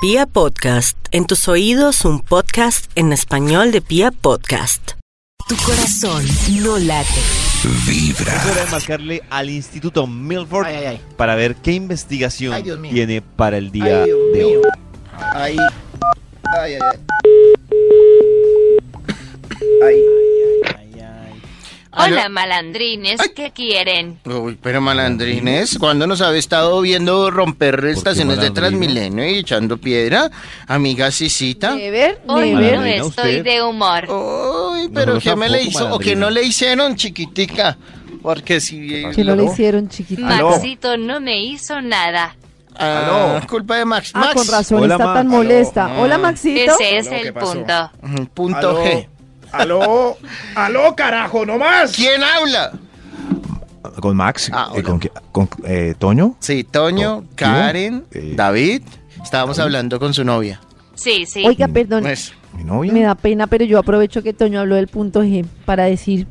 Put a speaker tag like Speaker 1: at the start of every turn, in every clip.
Speaker 1: Pia Podcast, en tus oídos un podcast en español de Pia Podcast.
Speaker 2: Tu corazón no late.
Speaker 3: Vibra.
Speaker 4: Es hora de marcarle al Instituto Milford
Speaker 5: Ay, ay, ay.
Speaker 4: para ver qué investigación
Speaker 5: Ay, Dios mío.
Speaker 4: tiene para el día
Speaker 5: Ay, Dios
Speaker 4: de
Speaker 5: mío.
Speaker 4: hoy.
Speaker 5: Ay, ay, ay, ay. Ay.
Speaker 6: Hola, malandrines, ¿qué quieren?
Speaker 7: Uy, pero malandrines, cuando nos había estado viendo romper estaciones de Transmilenio y echando piedra? Amiga Sisita.
Speaker 8: Never,
Speaker 6: Hoy
Speaker 8: never.
Speaker 6: no
Speaker 4: Malandrina,
Speaker 6: estoy
Speaker 4: usted.
Speaker 6: de humor.
Speaker 8: Oh,
Speaker 7: Uy,
Speaker 4: No, no
Speaker 7: pero ¿qué me le
Speaker 4: tampoco,
Speaker 7: hizo? ¿O
Speaker 4: malandrina.
Speaker 7: que no le hicieron, chiquitica? Porque si...
Speaker 4: pasó?
Speaker 8: Que no le
Speaker 4: ¿Aló?
Speaker 8: hicieron chiquita.
Speaker 4: Aló.
Speaker 6: Maxito no me hizo nada.
Speaker 7: Ah,
Speaker 4: Aló.
Speaker 7: culpa de Max.
Speaker 8: Ah,
Speaker 7: Max.
Speaker 8: con razón,
Speaker 4: Hola,
Speaker 8: está
Speaker 4: Max.
Speaker 8: tan
Speaker 4: Aló.
Speaker 8: molesta.
Speaker 7: Ah.
Speaker 8: Hola, Maxito.
Speaker 6: Ese es
Speaker 5: Aló, ¿qué
Speaker 6: el
Speaker 5: pasó?
Speaker 6: punto.
Speaker 7: Mm, Punto
Speaker 5: Aló.
Speaker 7: G.
Speaker 5: Aló, aló, carajo, no más.
Speaker 7: ¿Quién habla?
Speaker 9: ¿Con Max?
Speaker 7: Ah,
Speaker 9: Eh,
Speaker 7: hola.
Speaker 9: ¿Con, qui- con, eh, Toño?
Speaker 7: Sí, Toño,
Speaker 9: No,
Speaker 7: Karen,
Speaker 9: ¿quién? Eh,
Speaker 7: David. Estábamos hablando con su novia. Pues,
Speaker 6: Sí, sí.
Speaker 8: Oiga, perdón,
Speaker 7: Eso.
Speaker 9: ¿Mi novia?
Speaker 8: me da pena, pero yo aprovecho que Toño habló del punto G para decir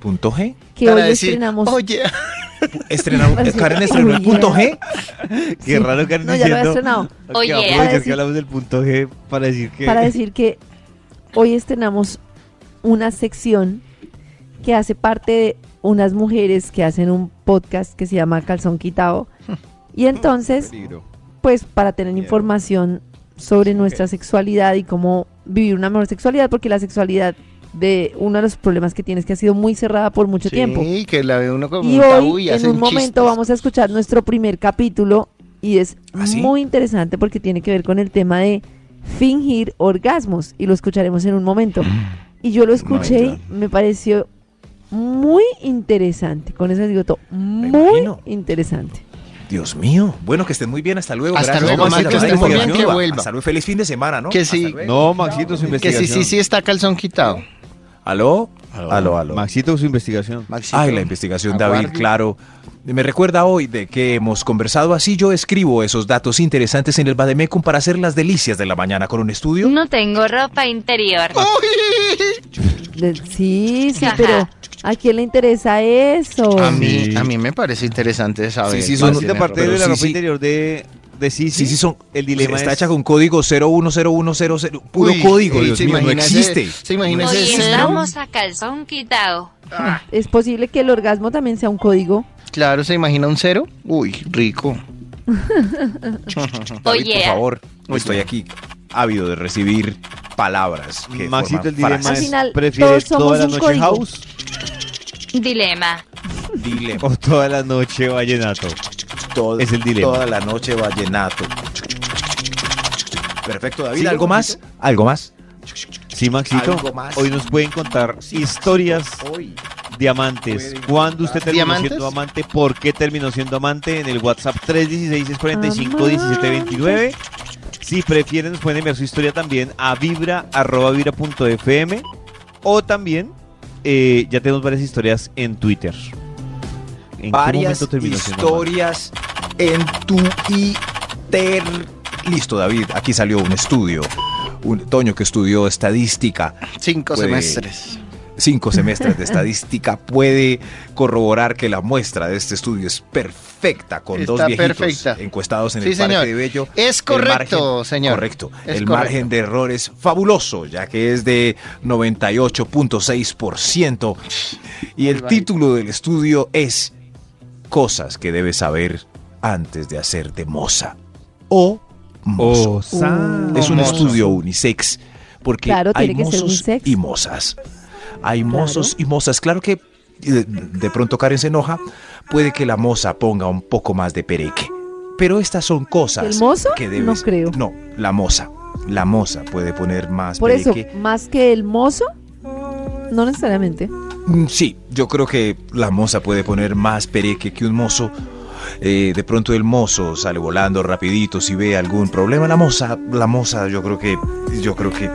Speaker 9: ¿Punto G?
Speaker 8: que
Speaker 7: Para
Speaker 8: hoy
Speaker 7: decir,
Speaker 8: estrenamos.
Speaker 7: Oye,
Speaker 9: Estrenamos,
Speaker 8: Parece-
Speaker 9: Karen estrenó el
Speaker 8: Uy,
Speaker 9: punto G.
Speaker 4: Qué raro que han
Speaker 8: no, ya lo he estrenado.
Speaker 4: Acabamos
Speaker 6: Oye,
Speaker 4: de
Speaker 8: para
Speaker 4: decir que
Speaker 8: decir-
Speaker 4: hablamos del punto G para decir que...
Speaker 8: Para decir que hoy estrenamos una sección que hace parte de unas mujeres que hacen un podcast que se llama Calzón Quitado. Y entonces
Speaker 4: Peligro.
Speaker 8: pues para tener información sobre nuestra sexualidad y cómo vivir una mejor sexualidad, porque la sexualidad de uno de los problemas que tienes que ha sido muy cerrada por mucho tiempo.
Speaker 7: sí, que la ve uno como
Speaker 8: Y
Speaker 7: un tabú
Speaker 8: hoy
Speaker 7: y
Speaker 8: en
Speaker 7: hacen
Speaker 8: un momento
Speaker 7: chistes.
Speaker 8: vamos a escuchar nuestro primer capítulo y es
Speaker 9: ¿Ah, sí?
Speaker 8: muy interesante porque tiene que ver con el tema de fingir orgasmos y lo escucharemos en un momento. Y yo lo escuché y me pareció muy interesante, con eso digo todo, muy
Speaker 9: imagino.
Speaker 8: interesante.
Speaker 9: Dios mío. Bueno, que estén muy bien. Hasta luego.
Speaker 7: Hasta
Speaker 9: Gracias.
Speaker 7: luego,
Speaker 9: Vamos a
Speaker 7: Maxito,
Speaker 9: llamar a
Speaker 7: estén muy bien,
Speaker 9: investigación.
Speaker 7: que
Speaker 9: Va.
Speaker 7: vuelva.
Speaker 9: Hasta luego. Feliz fin de semana, ¿no?
Speaker 7: Que
Speaker 9: Hasta
Speaker 7: sí.
Speaker 9: luego.
Speaker 4: No, Maxito, su
Speaker 7: Que
Speaker 4: investigación.
Speaker 7: sí, sí, sí, está calzón quitado.
Speaker 9: ¿Aló? Aló, aló.
Speaker 4: Maxito, su investigación.
Speaker 7: Maxito.
Speaker 9: Ay, la investigación, David,
Speaker 7: Aguarde.
Speaker 9: claro. Me recuerda hoy de que hemos conversado así. Yo escribo esos datos interesantes en el Bademecum para hacer las delicias de la mañana con un estudio.
Speaker 7: Mm.
Speaker 6: no tengo ropa interior.
Speaker 7: Uy,
Speaker 8: De- sí, sí,
Speaker 6: Ajá.
Speaker 8: pero ¿a quién le interesa eso?
Speaker 7: a, mí, a mí me parece interesante saber.
Speaker 9: Sí, sí, son-
Speaker 7: más
Speaker 4: Maxito,
Speaker 7: de-
Speaker 4: aparte
Speaker 9: pero
Speaker 4: de la
Speaker 9: sí,
Speaker 4: ropa
Speaker 9: sí.
Speaker 4: interior de, de Sisi,
Speaker 9: Sí, sí, son.
Speaker 4: el dilema
Speaker 9: está
Speaker 4: es-
Speaker 9: hecha con código 010100, puro
Speaker 7: Uy,
Speaker 9: código,
Speaker 7: uy,
Speaker 9: Dios
Speaker 7: se
Speaker 9: mío, no
Speaker 7: imagina ese-
Speaker 9: existe.
Speaker 7: Se imagina
Speaker 6: Hoy
Speaker 7: ese cero.
Speaker 6: estamos a calzón quitado.
Speaker 8: ¿Es posible que el orgasmo también sea un código?
Speaker 7: Ah, Claro, se imagina un cero. Uy, rico.
Speaker 9: David, por
Speaker 6: Oye,
Speaker 9: favor, estoy aquí ávido de recibir palabras. que
Speaker 4: Maxito,
Speaker 9: forman
Speaker 4: el dilema
Speaker 9: frases.
Speaker 8: Al
Speaker 4: es,
Speaker 8: final,
Speaker 4: ¿prefieres
Speaker 8: todos somos
Speaker 4: toda la
Speaker 8: un
Speaker 4: noche
Speaker 8: código.
Speaker 4: house
Speaker 6: dilema.
Speaker 9: Dilema.
Speaker 4: o toda la noche vallenato?
Speaker 9: Todo-
Speaker 4: Es el dilema.
Speaker 9: Toda la noche vallenato. Perfecto, David.
Speaker 4: Sí,
Speaker 9: ¿Algo más? ¿Algo más?
Speaker 4: Sí, Maxito,
Speaker 9: Algo más.
Speaker 4: hoy nos pueden contar historias diamantes. ¿Cuándo usted terminó
Speaker 7: ¿Diamantes?
Speaker 4: siendo amante? ¿Por qué terminó siendo amante? En el WhatsApp 316-645-1729. Si prefieren, nos pueden enviar su historia también a vibra, arroba vibra.fm o también eh, ya tenemos varias historias en Twitter. ¿En qué
Speaker 9: Varias
Speaker 4: momento terminó siendo amante?
Speaker 9: historias en tu ITER. Listo, David. Aquí salió un estudio. Un Toño que estudió estadística.
Speaker 7: Cinco
Speaker 9: Puede-
Speaker 7: semestres.
Speaker 9: cinco semestres de estadística puede corroborar que la muestra de este estudio es perfecta con dos
Speaker 7: Está
Speaker 9: viejitos
Speaker 7: perfecta.
Speaker 9: encuestados en
Speaker 7: Sí,
Speaker 9: el
Speaker 7: señor.
Speaker 9: Parque de Bello.
Speaker 7: Es
Speaker 9: El
Speaker 7: correcto,
Speaker 9: margen-
Speaker 7: señor.
Speaker 9: Correcto.
Speaker 7: Es
Speaker 9: el
Speaker 7: correcto.
Speaker 9: margen de error es fabuloso, ya que es de 98.6%. Y el
Speaker 7: bajito.
Speaker 9: título del estudio es Cosas que debes saber antes de hacerte moza o mozo.
Speaker 4: Oh, sa-
Speaker 9: Es un
Speaker 7: Mozo.
Speaker 9: estudio unisex, porque
Speaker 8: Claro,
Speaker 9: hay
Speaker 8: tiene que ser
Speaker 9: mozos
Speaker 8: unisex.
Speaker 9: y mozas. Hay mozos y mozas. Claro que eh, de, de pronto Karen se enoja, puede que la moza ponga un poco más de pereque. Pero estas son cosas
Speaker 8: ¿El mozo?
Speaker 9: que
Speaker 8: No
Speaker 9: debes.
Speaker 8: creo.
Speaker 9: No, la moza. La moza puede poner más
Speaker 8: Por eso,
Speaker 9: pereque.
Speaker 8: más que el mozo, no necesariamente.
Speaker 9: Mm, Sí, yo creo que la moza puede poner más pereque que un mozo. Eh, de pronto el mozo sale volando rapidito si ve algún problema. La moza, la moza, yo creo que, yo creo que,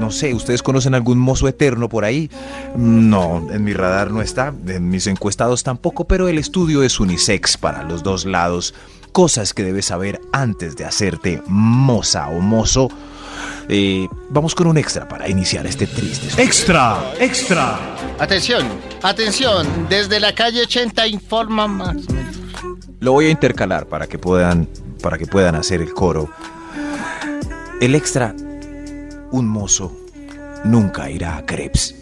Speaker 9: no sé, ¿ustedes conocen algún mozo eterno por ahí? Mm, No, en mi radar no está, en mis encuestados tampoco, pero el estudio es unisex para los dos lados. Cosas que debes saber antes de hacerte moza o mozo. Eh, vamos con un extra para iniciar este triste.
Speaker 10: Extra, extra.
Speaker 7: Atención, atención. Desde la calle 80 informa más.
Speaker 9: Lo voy a intercalar para que puedan, para que puedan hacer el coro. El extra, un mozo nunca irá a Krebs.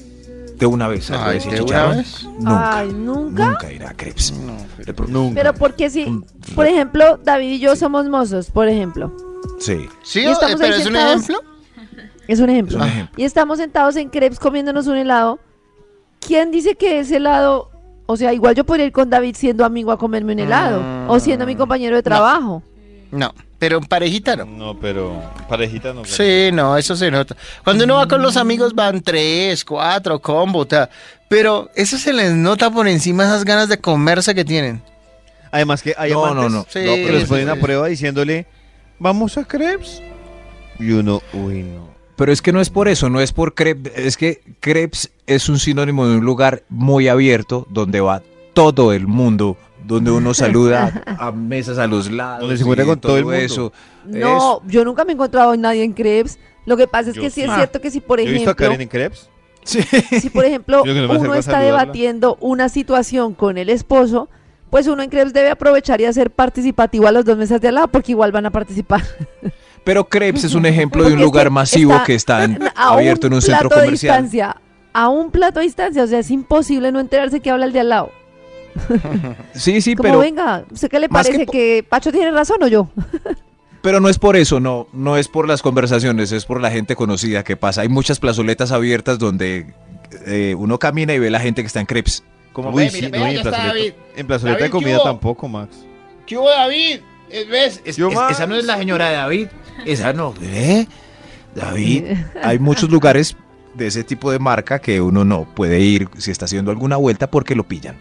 Speaker 9: De una vez, ¿sabes lo que
Speaker 7: Ay,
Speaker 9: dice
Speaker 7: ¿de una
Speaker 9: Chicharrón?
Speaker 7: vez?
Speaker 9: Nunca,
Speaker 8: Ay, ¿nunca?
Speaker 9: nunca irá a Krebs. De pronto,
Speaker 8: Pero porque si, por ejemplo, David y yo somos mozos, por ejemplo.
Speaker 9: Sí.
Speaker 7: ¿Sí?
Speaker 8: ¿Y estamos
Speaker 7: eh, ¿Pero
Speaker 8: ahí
Speaker 7: es un
Speaker 8: sentados?
Speaker 7: ejemplo?
Speaker 8: Es un ejemplo.
Speaker 9: Es un ejemplo.
Speaker 8: Y estamos sentados en crepes comiéndonos un helado. ¿Quién dice que ese helado... O sea, igual yo podría ir con David siendo amigo a comerme un helado. O siendo mi compañero de trabajo.
Speaker 7: No, pero en parejita
Speaker 9: Uh.
Speaker 7: no.
Speaker 3: No, pero parejita no.
Speaker 7: Sí, no, eso se nota. Cuando uno va con los amigos van tres, cuatro, combo, ta. pero eso se les nota por encima esas ganas de comerse que tienen.
Speaker 4: Además que hay
Speaker 9: No,
Speaker 4: amantes
Speaker 9: no, no.
Speaker 7: Sí,
Speaker 9: No,
Speaker 4: que
Speaker 9: pero
Speaker 4: les
Speaker 9: es-
Speaker 4: ponen a prueba diciéndole, vamos a Krebs. Y uno, uy, no.
Speaker 9: Pero es que no es por eso, no es por Krebs, es que Krebs es un sinónimo de un lugar muy abierto donde va todo el mundo, donde uno saluda a mesas a los lados,
Speaker 4: Donde se encuentra
Speaker 9: y
Speaker 4: con todo el mundo.
Speaker 9: eso.
Speaker 8: No, yo nunca me he encontrado a nadie en crepes. Lo que pasa es
Speaker 3: Yo
Speaker 8: que sí es
Speaker 3: sí.
Speaker 8: cierto que si por
Speaker 4: Yo he visto a
Speaker 8: ejemplo,
Speaker 4: Karen en Krebs.
Speaker 8: si por ejemplo
Speaker 3: Yo creo que no me acerco
Speaker 8: uno
Speaker 3: a
Speaker 8: está
Speaker 3: saludarla.
Speaker 8: debatiendo una situación con el esposo, pues uno en crepes debe aprovechar y hacer participativo a los dos mesas de al lado porque igual van a participar.
Speaker 9: Es- pero Krebs es un ejemplo de
Speaker 8: Porque
Speaker 9: un
Speaker 8: es
Speaker 9: lugar
Speaker 8: que
Speaker 9: masivo
Speaker 8: está
Speaker 9: que está en-
Speaker 8: a
Speaker 9: abierto en un centro
Speaker 8: plato de
Speaker 9: comercial.
Speaker 8: distancia, a un plato a distancia, o sea, es imposible no enterarse que habla el de al lado.
Speaker 9: Sí, sí,
Speaker 8: Como
Speaker 9: pero,
Speaker 8: venga, ¿usted qué le
Speaker 9: más que
Speaker 8: parece?
Speaker 9: po-
Speaker 8: Que, Pacho tiene razón o yo?
Speaker 9: pero no es por eso, no, no es por las conversaciones, es por la gente conocida que pasa. Hay muchas plazoletas abiertas donde eh, uno camina y ve la gente que está en Krebs.
Speaker 4: Como,
Speaker 7: "Ve,
Speaker 4: uy,
Speaker 7: mire,
Speaker 4: sí,
Speaker 7: vea,
Speaker 4: no, y
Speaker 7: ya
Speaker 4: en
Speaker 7: está
Speaker 4: plazoleta, en plazoleta
Speaker 7: David,
Speaker 4: de comida
Speaker 7: ¿qué hubo?
Speaker 4: tampoco, Max.
Speaker 7: ¿Qué hubo, David? ¿Ves?
Speaker 4: Yo es- más. esa
Speaker 7: no es la señora de David.
Speaker 9: Esa no, ¿eh? David, hay muchos lugares de ese tipo de marca que uno no puede ir si está haciendo alguna vuelta porque lo pillan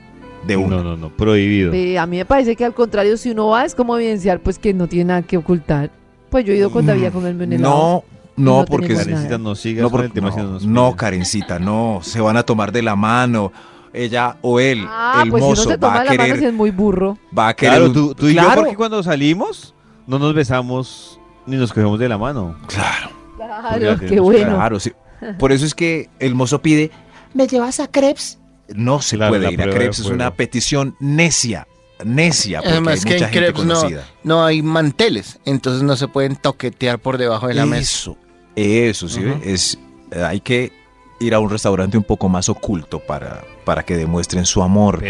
Speaker 9: de uno.
Speaker 4: No, no, no, prohibido.
Speaker 8: Ve, Eh, a mí me parece que al contrario, si uno va es como evidenciar pues que no tiene nada que ocultar. Pues yo he ido con David a comerme un helado.
Speaker 9: Mm, No, no,
Speaker 8: No
Speaker 9: porque
Speaker 8: tenemos
Speaker 9: es-
Speaker 8: nada.
Speaker 4: Karencita, no sigas
Speaker 9: no,
Speaker 4: con
Speaker 9: porque-
Speaker 4: el tema.
Speaker 9: no,
Speaker 4: si nos
Speaker 9: no,
Speaker 4: pillan.
Speaker 9: Karencita, no, se van a tomar de la mano. Ella o él,
Speaker 8: Ah,
Speaker 9: el
Speaker 8: pues si
Speaker 9: mozo,
Speaker 8: uno
Speaker 9: va
Speaker 8: se toma
Speaker 9: a
Speaker 8: la mano
Speaker 9: querer,
Speaker 8: si es muy burro.
Speaker 9: va a querer.
Speaker 4: Claro,
Speaker 9: un-
Speaker 4: tú, tú y yo,
Speaker 9: Claro,
Speaker 4: porque cuando salimos no nos besamos ni nos cogemos de la mano.
Speaker 9: claro,
Speaker 8: Claro,
Speaker 4: Porque
Speaker 8: qué
Speaker 4: la
Speaker 8: bueno.
Speaker 9: claro, sí. Por eso es que el mozo pide, ¿me llevas a Krebs? No se
Speaker 4: Claro, la
Speaker 9: puede ir a
Speaker 4: prueba de
Speaker 9: Krebs, es
Speaker 4: fuego.
Speaker 9: una petición necia, necia, porque
Speaker 7: Además
Speaker 9: hay
Speaker 7: que
Speaker 9: mucha
Speaker 7: en
Speaker 9: gente
Speaker 7: crepes no,
Speaker 9: conocida.
Speaker 7: no hay manteles, entonces no se pueden toquetear por debajo de la mesa.
Speaker 9: Eso, eso, sí,
Speaker 7: Ajá.
Speaker 9: es, eh, hay que ir a un restaurante un poco más oculto para, para que demuestren su amor.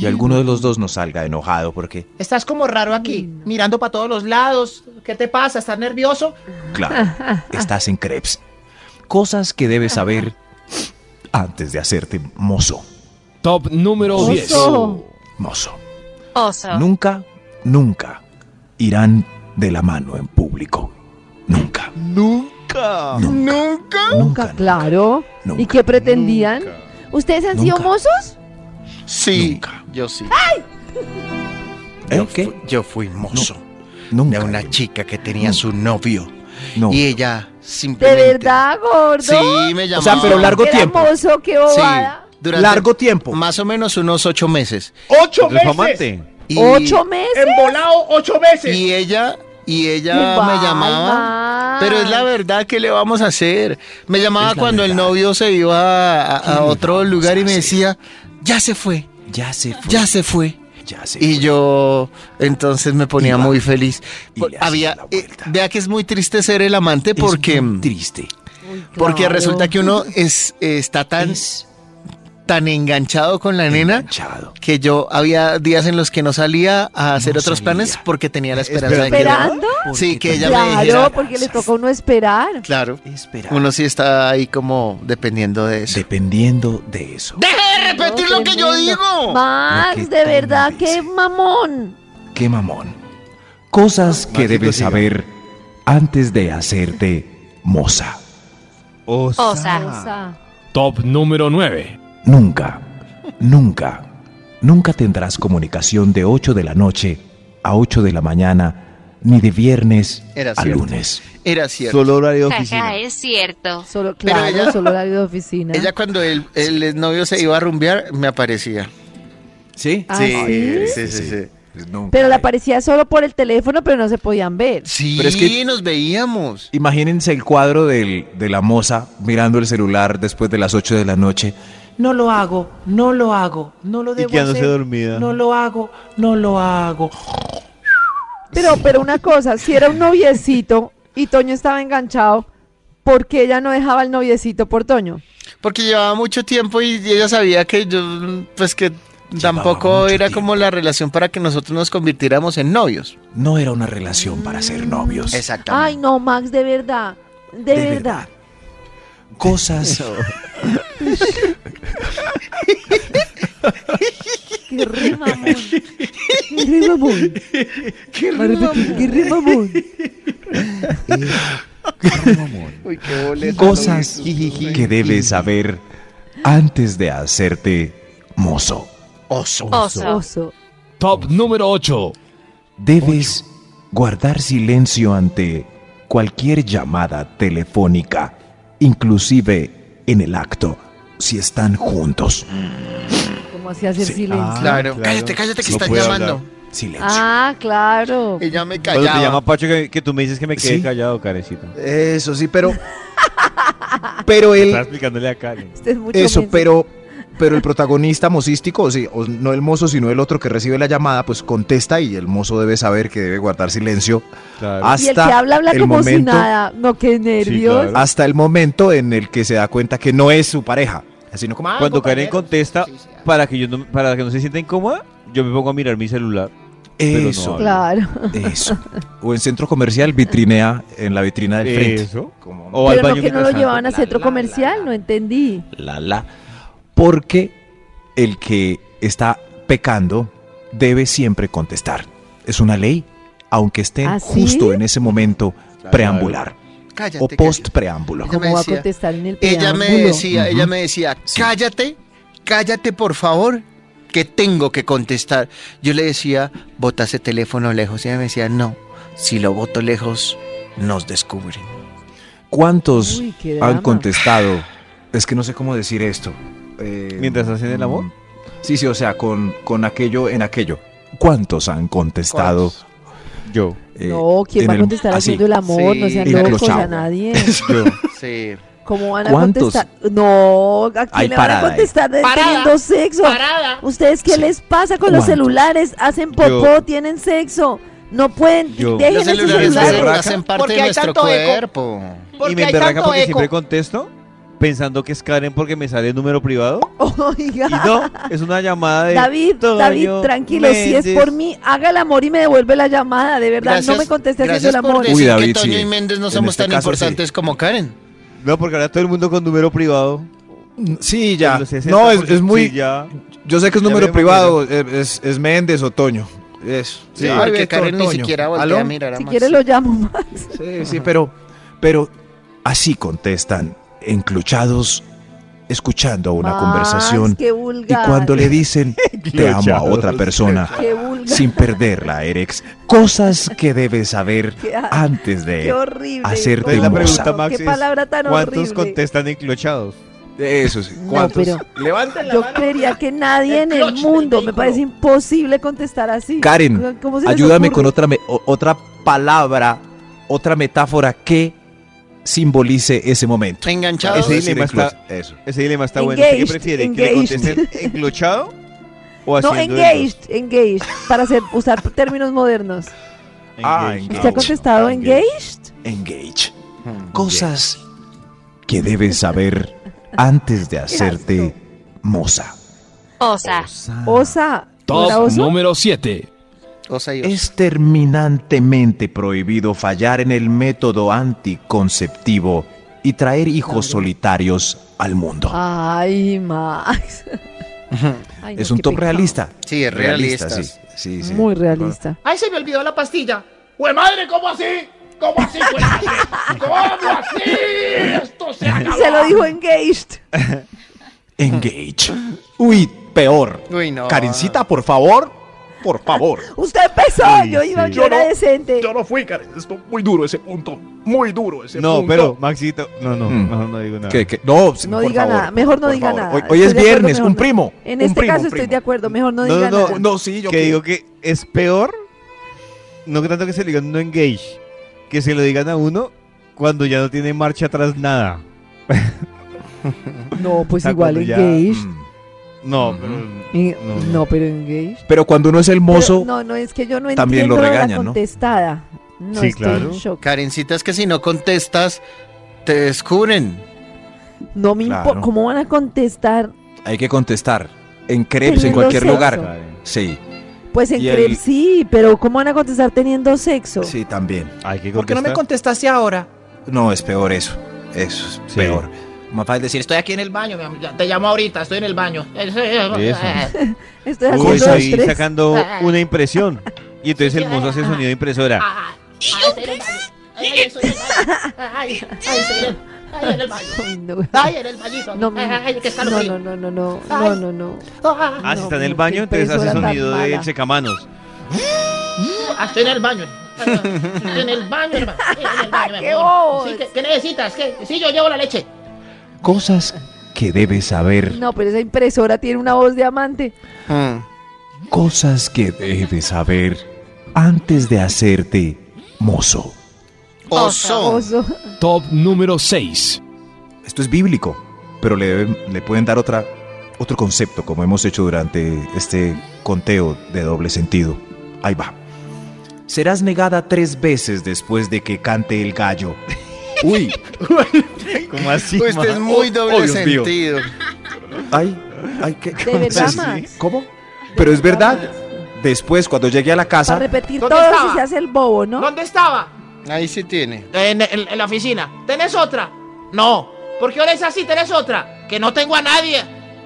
Speaker 9: y alguno de los dos no salga enojado porque,
Speaker 11: Estás como raro aquí, mirando para todos los lados. ¿Qué te pasa? ¿Estás nervioso?
Speaker 9: claro, estás en crepes. Cosas que debes saber antes de hacerte mozo.
Speaker 10: Top número
Speaker 8: Oso.
Speaker 10: 10.
Speaker 9: Mozo.
Speaker 6: Oso.
Speaker 9: Nunca, nunca irán de la mano en público. Nunca.
Speaker 4: Nunca.
Speaker 9: Nunca.
Speaker 8: Nunca, claro.
Speaker 9: nunca,
Speaker 8: ¿Y qué pretendían? ¿Ustedes han sido
Speaker 9: Nunca.
Speaker 8: mozos?
Speaker 7: Sí,
Speaker 9: Nunca.
Speaker 7: yo sí.
Speaker 9: ¿Eh?
Speaker 7: Yo,
Speaker 9: ¿Qué?
Speaker 7: Fui, yo fui mozo
Speaker 9: Nunca.
Speaker 7: de una chica que tenía su novio
Speaker 9: No.
Speaker 7: y ella
Speaker 8: De
Speaker 7: simplemente...
Speaker 8: verdad, gordo.
Speaker 7: Sí, me llamaba.
Speaker 9: O sea, pero largo
Speaker 8: Era
Speaker 9: tiempo.
Speaker 8: mozo, qué bobada.
Speaker 7: Sí, durante
Speaker 9: Largo tiempo.
Speaker 7: más o menos unos ocho meses.
Speaker 5: ¡Ocho
Speaker 4: Entonces,
Speaker 11: Pues
Speaker 4: fue
Speaker 5: meses!
Speaker 4: amante.
Speaker 7: Y, em,
Speaker 8: Ocho meses.
Speaker 5: ¡Embolado ocho meses!
Speaker 7: Y ella, y ella
Speaker 8: Ay,
Speaker 7: me llamaba.
Speaker 8: Max.
Speaker 7: Pero es la verdad que le vamos a hacer. Me llamaba cuando el novio se iba a, a
Speaker 9: ¿Qué le
Speaker 7: otro
Speaker 9: vamos
Speaker 7: lugar
Speaker 9: a
Speaker 7: y me
Speaker 9: hacer?
Speaker 7: decía, ya se fue,
Speaker 9: Ya se fue.
Speaker 7: ya se fue.
Speaker 9: ya se
Speaker 7: Y
Speaker 9: fue.
Speaker 7: yo entonces me ponía
Speaker 9: Iba.
Speaker 7: muy feliz.
Speaker 9: Y
Speaker 7: Por-
Speaker 9: le hacía
Speaker 7: Había,
Speaker 9: la
Speaker 7: eh,
Speaker 9: vuelta.
Speaker 7: vea que es muy triste ser el amante
Speaker 9: Es
Speaker 7: porque,
Speaker 9: muy triste.
Speaker 7: porque
Speaker 8: Claro.
Speaker 7: resulta que uno es, eh, está tan,
Speaker 9: Es
Speaker 7: tan enganchado con la nena
Speaker 9: enganchado.
Speaker 7: que yo había días en los que no salía a hacer
Speaker 9: No
Speaker 7: otros planes
Speaker 9: salía.
Speaker 7: porque tenía la esperanza de que
Speaker 8: ¿Esperando?
Speaker 7: Sí, que ella me dijera.
Speaker 8: Claro, porque le toca a uno esperar.
Speaker 7: Claro.
Speaker 9: Espera.
Speaker 7: Uno sí está ahí como dependiendo de eso.
Speaker 9: Dependiendo de eso.
Speaker 7: ¡Deja de repetir
Speaker 8: No,
Speaker 7: lo que yo
Speaker 8: tremendo.
Speaker 7: digo!
Speaker 8: Max,
Speaker 9: Lo que
Speaker 8: de
Speaker 9: tan
Speaker 8: verdad,
Speaker 9: dice.
Speaker 8: qué mamón.
Speaker 9: ¡Qué mamón! Cosas que
Speaker 4: Maxito,
Speaker 9: debes
Speaker 4: siga.
Speaker 9: saber antes de hacerte moza.
Speaker 4: Osa.
Speaker 8: Osa.
Speaker 10: Top número 9.
Speaker 9: Nunca, nunca, nunca tendrás comunicación de 8 de la noche a 8 de la mañana, ni de viernes
Speaker 7: Era
Speaker 9: a
Speaker 7: cierto.
Speaker 9: lunes.
Speaker 7: Era cierto.
Speaker 4: Solo horario de oficina.
Speaker 6: Jaja, es cierto.
Speaker 8: Solo,
Speaker 7: Pero
Speaker 8: claro,
Speaker 7: ella-
Speaker 8: solo horario de oficina.
Speaker 7: Ella cuando el, el novio se iba a rumbear, me aparecía.
Speaker 9: ¿Sí?
Speaker 8: Ah, ¿sí?
Speaker 7: sí, sí, sí.
Speaker 9: Pues
Speaker 8: Pero la parecía solo por el teléfono, pero no se podían ver.
Speaker 7: Sí,
Speaker 9: Pero es que-
Speaker 7: nos veíamos.
Speaker 9: Imagínense el cuadro del- de la moza mirando el celular después de las 8 de la noche.
Speaker 11: No lo hago, no lo hago, no lo
Speaker 4: Y
Speaker 11: debo
Speaker 4: quedándose
Speaker 11: hacer.
Speaker 4: dormida.
Speaker 11: No lo hago, no lo hago.
Speaker 8: Pero, pero una cosa, si era un noviecito, y Toño estaba enganchado porque ella no dejaba el noviecito por Toño.
Speaker 7: Porque llevaba mucho tiempo y ella sabía que yo, pues que tampoco
Speaker 9: mucho
Speaker 7: era
Speaker 9: tiempo.
Speaker 7: como la relación para que nosotros nos convirtiéramos en novios.
Speaker 9: No era una relación para ser novios.
Speaker 7: Exactamente.
Speaker 8: Ay, no, Max, de verdad, de,
Speaker 9: De
Speaker 8: verdad.
Speaker 9: Cosas.
Speaker 8: Qué rima, mon. Qué rima, mon.
Speaker 5: Qué
Speaker 8: Maripiti, Qué rima, mon.
Speaker 5: Uy, qué boleta.
Speaker 9: Cosas
Speaker 5: lo hizo.
Speaker 9: que debes saber antes de hacerte mozo.
Speaker 8: oh.
Speaker 7: Oso.
Speaker 6: Oso.
Speaker 8: Oso.
Speaker 10: Top número 8.
Speaker 9: Debes guardar silencio ante cualquier llamada telefónica, inclusive en el acto, si están juntos.
Speaker 8: ¿Cómo así hacer
Speaker 9: Sí. ah.
Speaker 8: silencio?
Speaker 7: Ah, Claro. Cállate, cállate que
Speaker 3: No
Speaker 7: están
Speaker 3: puede
Speaker 7: llamando.
Speaker 3: hablar.
Speaker 9: Silencio.
Speaker 8: Ah, claro.
Speaker 7: Ella me
Speaker 4: Cuando te llama
Speaker 7: callaba.
Speaker 4: Pacho, que, que tú me dices que me quede
Speaker 9: Sí.
Speaker 4: callado, Karencita.
Speaker 9: Eso sí, pero. Pero
Speaker 4: Estaba
Speaker 9: el.
Speaker 4: explicándole a Karen.
Speaker 8: Usted es mucho
Speaker 9: Eso,
Speaker 8: menso.
Speaker 9: pero. Pero el protagonista mozístico, o sí, o no el mozo, sino el otro que recibe la llamada, pues contesta y el mozo debe saber que debe guardar silencio
Speaker 4: Claro.
Speaker 9: hasta
Speaker 8: Y el que habla, habla
Speaker 9: el
Speaker 8: como si
Speaker 9: momento-
Speaker 8: nada. No, qué nervios.
Speaker 4: claro.
Speaker 9: hasta el momento en el que se da cuenta que no es su pareja, sino como
Speaker 11: Ah,
Speaker 4: Cuando Karen
Speaker 11: compañeros.
Speaker 4: contesta,
Speaker 11: Sí, sí, ah.
Speaker 4: para que yo no, para que no se sienta incómoda, yo me pongo a mirar mi celular. pero no
Speaker 9: eso,
Speaker 4: habla.
Speaker 8: Claro.
Speaker 9: eso. O en centro comercial vitrinea en la vitrina del frente.
Speaker 4: eh, Eso.
Speaker 9: Como- "Oh,
Speaker 4: O al
Speaker 8: Pero
Speaker 4: baño
Speaker 8: no que no
Speaker 4: mientras
Speaker 8: lo
Speaker 4: tanto.
Speaker 8: llevaban a
Speaker 9: La,
Speaker 8: centro
Speaker 9: la,
Speaker 8: comercial,
Speaker 9: la,
Speaker 8: no entendí.
Speaker 9: la la. Porque el que está pecando debe siempre contestar. Es una ley, aunque esté
Speaker 8: ¿Ah, sí?
Speaker 9: justo en ese momento preambular
Speaker 7: Cállate,
Speaker 9: o
Speaker 7: cállate.
Speaker 9: post preámbulo.
Speaker 7: Ella me
Speaker 8: ¿Cómo va a
Speaker 7: decía-
Speaker 8: contestar en el
Speaker 7: Ella me
Speaker 8: preámbulo?
Speaker 7: decía, ella
Speaker 9: Ujú.
Speaker 7: me decía,
Speaker 9: Sí.
Speaker 7: cállate, cállate por favor, que tengo que contestar. Yo le decía, bota ese teléfono lejos. Y ella me decía, no, si lo boto lejos, nos descubren.
Speaker 9: ¿Cuántos
Speaker 8: Uy, qué
Speaker 9: han
Speaker 8: drama.
Speaker 9: contestado? Es que no sé cómo decir esto. Eh,
Speaker 4: Mientras hacen el amor.
Speaker 9: mm, Sí, sí, o sea, con, con aquello en aquello. ¿Cuántos han contestado?
Speaker 4: Yo.
Speaker 9: eh,
Speaker 8: no, ¿quién
Speaker 9: en
Speaker 8: va a
Speaker 9: el- Ah,
Speaker 8: contestar
Speaker 9: así?
Speaker 8: haciendo el amor? No
Speaker 7: Sí.
Speaker 8: sean
Speaker 9: En el
Speaker 8: locos a
Speaker 9: chavo.
Speaker 8: nadie.
Speaker 4: Yo.
Speaker 7: Sí.
Speaker 8: ¿Cómo van a
Speaker 9: ¿Cuántos?
Speaker 8: contestar? No, ¿a quién
Speaker 9: Hay
Speaker 8: le van a
Speaker 9: parada ahí.
Speaker 8: contestar de-
Speaker 11: Parada.
Speaker 8: teniendo sexo?
Speaker 11: Parada.
Speaker 8: ¿Ustedes qué
Speaker 9: Sí.
Speaker 8: les pasa con los
Speaker 9: ¿Cuántos?
Speaker 8: celulares? Hacen
Speaker 4: Yo.
Speaker 8: popó, tienen sexo. No pueden,
Speaker 4: Yo.
Speaker 8: dejen
Speaker 7: Los
Speaker 8: esos
Speaker 7: celulares
Speaker 8: celulares.
Speaker 7: hacen-
Speaker 4: berraca?
Speaker 7: hacen parte
Speaker 11: Porque
Speaker 7: de
Speaker 11: hay
Speaker 7: nuestro
Speaker 11: tanto eco.
Speaker 7: cuerpo.
Speaker 11: Porque
Speaker 4: y me
Speaker 11: hay
Speaker 4: emberraca
Speaker 11: tanto
Speaker 4: porque
Speaker 11: eco.
Speaker 4: siempre contesto pensando que es Karen porque me sale el número privado.
Speaker 8: Oiga.
Speaker 4: Y no, es una llamada
Speaker 9: eh,
Speaker 4: de.
Speaker 8: David,
Speaker 4: Toño
Speaker 8: David, tranquilo, si es
Speaker 4: Méndez.
Speaker 8: por mí, haga el amor y me devuelve la llamada, de verdad, no me conteste haciendo
Speaker 7: gracias
Speaker 8: el
Speaker 7: por
Speaker 8: amor. ¿eh?
Speaker 7: decir
Speaker 9: Uy, David,
Speaker 7: que Toño
Speaker 9: sí.
Speaker 7: y Méndez no
Speaker 9: En
Speaker 7: somos
Speaker 9: este
Speaker 7: tan
Speaker 9: caso, sí.
Speaker 7: importantes como Karen.
Speaker 4: No, porque ahora todo el mundo con número privado.
Speaker 9: Sí, ya.
Speaker 4: Los 60
Speaker 9: No, es,
Speaker 4: por-
Speaker 9: es muy.
Speaker 4: sí, ya.
Speaker 9: Yo sé que es
Speaker 4: Ya
Speaker 9: número
Speaker 4: vemos,
Speaker 9: privado, eh, es, es Méndez Otoño.
Speaker 7: Sí, porque Karen ni siquiera voltea
Speaker 9: ¿Aló?
Speaker 7: a mirar a
Speaker 8: Si
Speaker 7: Max.
Speaker 8: quiere lo llamo, Max.
Speaker 9: Sí, sí, pero, pero así contestan, encluchados, escuchando una
Speaker 8: Max,
Speaker 9: conversación.
Speaker 8: qué
Speaker 9: Y
Speaker 8: vulgar,
Speaker 9: cuando le dicen te amo a
Speaker 4: Encluchados.
Speaker 9: otra persona,
Speaker 8: Qué vulgar,
Speaker 9: sin perder la Erex, cosas que debes saber
Speaker 8: Qué a-
Speaker 9: antes
Speaker 8: qué
Speaker 9: de
Speaker 8: horrible.
Speaker 9: Ah, eh, hacerte
Speaker 4: Entonces la
Speaker 9: hermosa.
Speaker 4: pregunta, Max,
Speaker 8: Qué
Speaker 4: es,
Speaker 8: palabra tan
Speaker 4: ¿Cuántos
Speaker 8: horrible.
Speaker 4: contestan enclochados?
Speaker 9: eso sí.
Speaker 8: No,
Speaker 9: ¿Cuántos?
Speaker 8: pero-
Speaker 9: Levanten
Speaker 8: Yo creería que nadie en el mundo, me parece imposible contestar así.
Speaker 9: Karen,
Speaker 8: O sea, ¿cómo se les
Speaker 9: Ayúdame
Speaker 8: ocurre?
Speaker 9: con otra, me- o- otra palabra, otra metáfora que simbolice ese momento.
Speaker 7: Enganchado.
Speaker 4: Ese
Speaker 9: Decir
Speaker 4: dilema
Speaker 9: incluso-
Speaker 4: está-
Speaker 9: eso.
Speaker 4: Ese dilema está bueno. ¿Usted
Speaker 8: Engaged,
Speaker 4: ¿Qué prefiere? ¿Que le
Speaker 8: engaged.
Speaker 4: contesten enclochado o
Speaker 8: No,
Speaker 4: haciendo el
Speaker 8: engaged, engaged, para hacer, usar términos modernos.
Speaker 4: dos?
Speaker 9: Ah,
Speaker 4: Engaged.
Speaker 8: ¿Usted ha
Speaker 9: Ouch.
Speaker 8: contestado engaged?
Speaker 9: Engage. Cosas que debes saber antes de hacerte moza.
Speaker 8: Ah,
Speaker 6: Osa.
Speaker 9: Ah.
Speaker 8: Osa, ¿no era
Speaker 10: Top
Speaker 8: oso?
Speaker 10: número 7.
Speaker 7: Osa y oso.
Speaker 9: Es terminantemente prohibido fallar en el método anticonceptivo y traer hijos solitarios al mundo.
Speaker 8: Ah. Ay, Max. Ay, no,
Speaker 9: es un
Speaker 8: qué
Speaker 9: top
Speaker 8: pecado.
Speaker 9: realista.
Speaker 7: Sí, es realista.
Speaker 9: sí. Sí, sí.
Speaker 8: Muy realista.
Speaker 11: Ay, se me olvidó la pastilla.
Speaker 5: ¡Hue madre, cómo así! ¿Cómo así, güey? ¿Cómo así? Esto se acabó.
Speaker 8: Se lo dijo engaged.
Speaker 9: Engage. Uy, peor.
Speaker 7: Uy, no.
Speaker 9: Karencita, por favor. Por favor.
Speaker 8: Usted empezó,
Speaker 4: Sí,
Speaker 8: yo iba,
Speaker 4: sí.
Speaker 8: yo era decente.
Speaker 5: Yo no fui, Karen. Esto muy duro ese punto. Muy duro ese
Speaker 4: No,
Speaker 5: punto.
Speaker 4: pero Maxito, no, no,
Speaker 9: Mm.
Speaker 4: mejor no digo nada.
Speaker 9: Que- que- no,
Speaker 8: No
Speaker 9: por
Speaker 8: diga
Speaker 9: favor,
Speaker 8: nada, mejor no
Speaker 9: por
Speaker 8: diga
Speaker 9: favor.
Speaker 8: nada.
Speaker 9: Hoy, hoy es
Speaker 8: Estoy de acuerdo,
Speaker 9: viernes,
Speaker 8: mejor
Speaker 9: un
Speaker 8: no.
Speaker 9: primo.
Speaker 8: En
Speaker 9: un
Speaker 8: este
Speaker 9: primo,
Speaker 8: caso
Speaker 9: un
Speaker 8: estoy
Speaker 9: primo.
Speaker 8: de acuerdo, mejor no,
Speaker 4: No,
Speaker 8: diga
Speaker 4: no,
Speaker 8: nada.
Speaker 4: acuerdo.
Speaker 9: No, sí, yo
Speaker 4: que digo que es peor, no que tanto que se lo digan no engage, que se lo digan a uno cuando ya no tiene marcha atrás nada.
Speaker 8: No, pues
Speaker 4: O sea,
Speaker 8: igual
Speaker 4: cuando ya-
Speaker 8: engaged.
Speaker 9: Mm.
Speaker 4: No,
Speaker 9: Ujú.
Speaker 4: pero
Speaker 8: Y-
Speaker 4: no,
Speaker 8: No, pero engaged.
Speaker 9: Pero cuando uno es el mozo,
Speaker 8: Pero- no, no, es que yo no
Speaker 9: también
Speaker 8: entiendo
Speaker 9: lo
Speaker 8: la
Speaker 9: regañan, ¿no?
Speaker 8: contestada. No
Speaker 12: Sí,
Speaker 8: estoy
Speaker 12: claro.
Speaker 8: en shock.
Speaker 7: Karencita, es que si no contestas, te descubren.
Speaker 8: No me
Speaker 9: Claro.
Speaker 8: impo- ¿Cómo van a contestar?
Speaker 9: Hay que contestar. En crepes, en
Speaker 8: Teniendo
Speaker 9: cualquier
Speaker 8: sexo.
Speaker 9: lugar. Sí,
Speaker 8: Pues en
Speaker 9: Y el-
Speaker 8: crepes sí, pero ¿cómo van a contestar teniendo sexo?
Speaker 9: sí, también.
Speaker 4: Hay que
Speaker 11: ¿Por qué no me contestaste ahora?
Speaker 9: No, es peor eso. Eso es peor. Más fácil decir, estoy
Speaker 11: Estoy aquí en el baño, mi amor. Ya Te llamo ahorita, estoy en el baño.
Speaker 4: Eso.
Speaker 8: Estoy
Speaker 4: Uy,
Speaker 8: haciendo
Speaker 4: está ahí
Speaker 8: estrés. Ah.
Speaker 4: sacando una impresión. Y entonces el mozo hace sonido de impresora.
Speaker 11: Ay, ay, estoy en- ay, en el baño.
Speaker 8: Ay, no.
Speaker 11: Ay, en el bañito.
Speaker 8: No, mi-
Speaker 11: Ay, que está
Speaker 8: no, no,
Speaker 11: frío.
Speaker 8: no, no, no,
Speaker 11: Ay.
Speaker 8: no, no, no.
Speaker 11: Ah,
Speaker 4: Ah, si
Speaker 8: No,
Speaker 4: está en el
Speaker 8: pero
Speaker 4: baño,
Speaker 8: qué
Speaker 4: entonces hace
Speaker 8: impresora tan
Speaker 4: sonido de
Speaker 8: mala.
Speaker 4: checamanos.
Speaker 11: ah, estoy en el baño. Estoy en el baño, hermano. Estoy En el baño, mi
Speaker 8: ¡Qué
Speaker 11: amor.
Speaker 8: bobos!
Speaker 11: Sí, ¿qué, qué necesitas? ¿Qué? Sí, yo llevo la leche.
Speaker 9: cosas que debes saber.
Speaker 8: No, pero esa impresora tiene una voz de amante.
Speaker 7: Mm.
Speaker 9: Cosas que debes saber antes de hacerte mozo.
Speaker 7: Oso.
Speaker 8: Oso.
Speaker 10: Top número 6.
Speaker 9: Esto es bíblico, pero le, deben- le pueden dar otra, otro concepto, como hemos hecho durante este conteo de doble sentido. Ahí va. Serás negada tres veces después de que cante el gallo. Uy,
Speaker 4: ¿Cómo así?
Speaker 7: Pues este
Speaker 4: ma?
Speaker 7: es muy doble
Speaker 4: Oh, Dios mío.
Speaker 7: sentido.
Speaker 9: ay, ay, qué.
Speaker 8: De verdad,
Speaker 9: Sí, sí.
Speaker 8: Max.
Speaker 9: ¿Cómo? Pero es verdad. Después, cuando llegué a la
Speaker 8: Para
Speaker 9: casa,
Speaker 8: repetir
Speaker 11: ¿Dónde
Speaker 8: todo
Speaker 11: estaba?
Speaker 8: si se hace el bobo, ¿no?
Speaker 11: ¿Dónde estaba?
Speaker 7: Ahí sí tiene.
Speaker 11: En, en- en la oficina. ¿Tenés otra? No. ¿Por qué ahora es así? ¿Tenés otra? Que no tengo a nadie.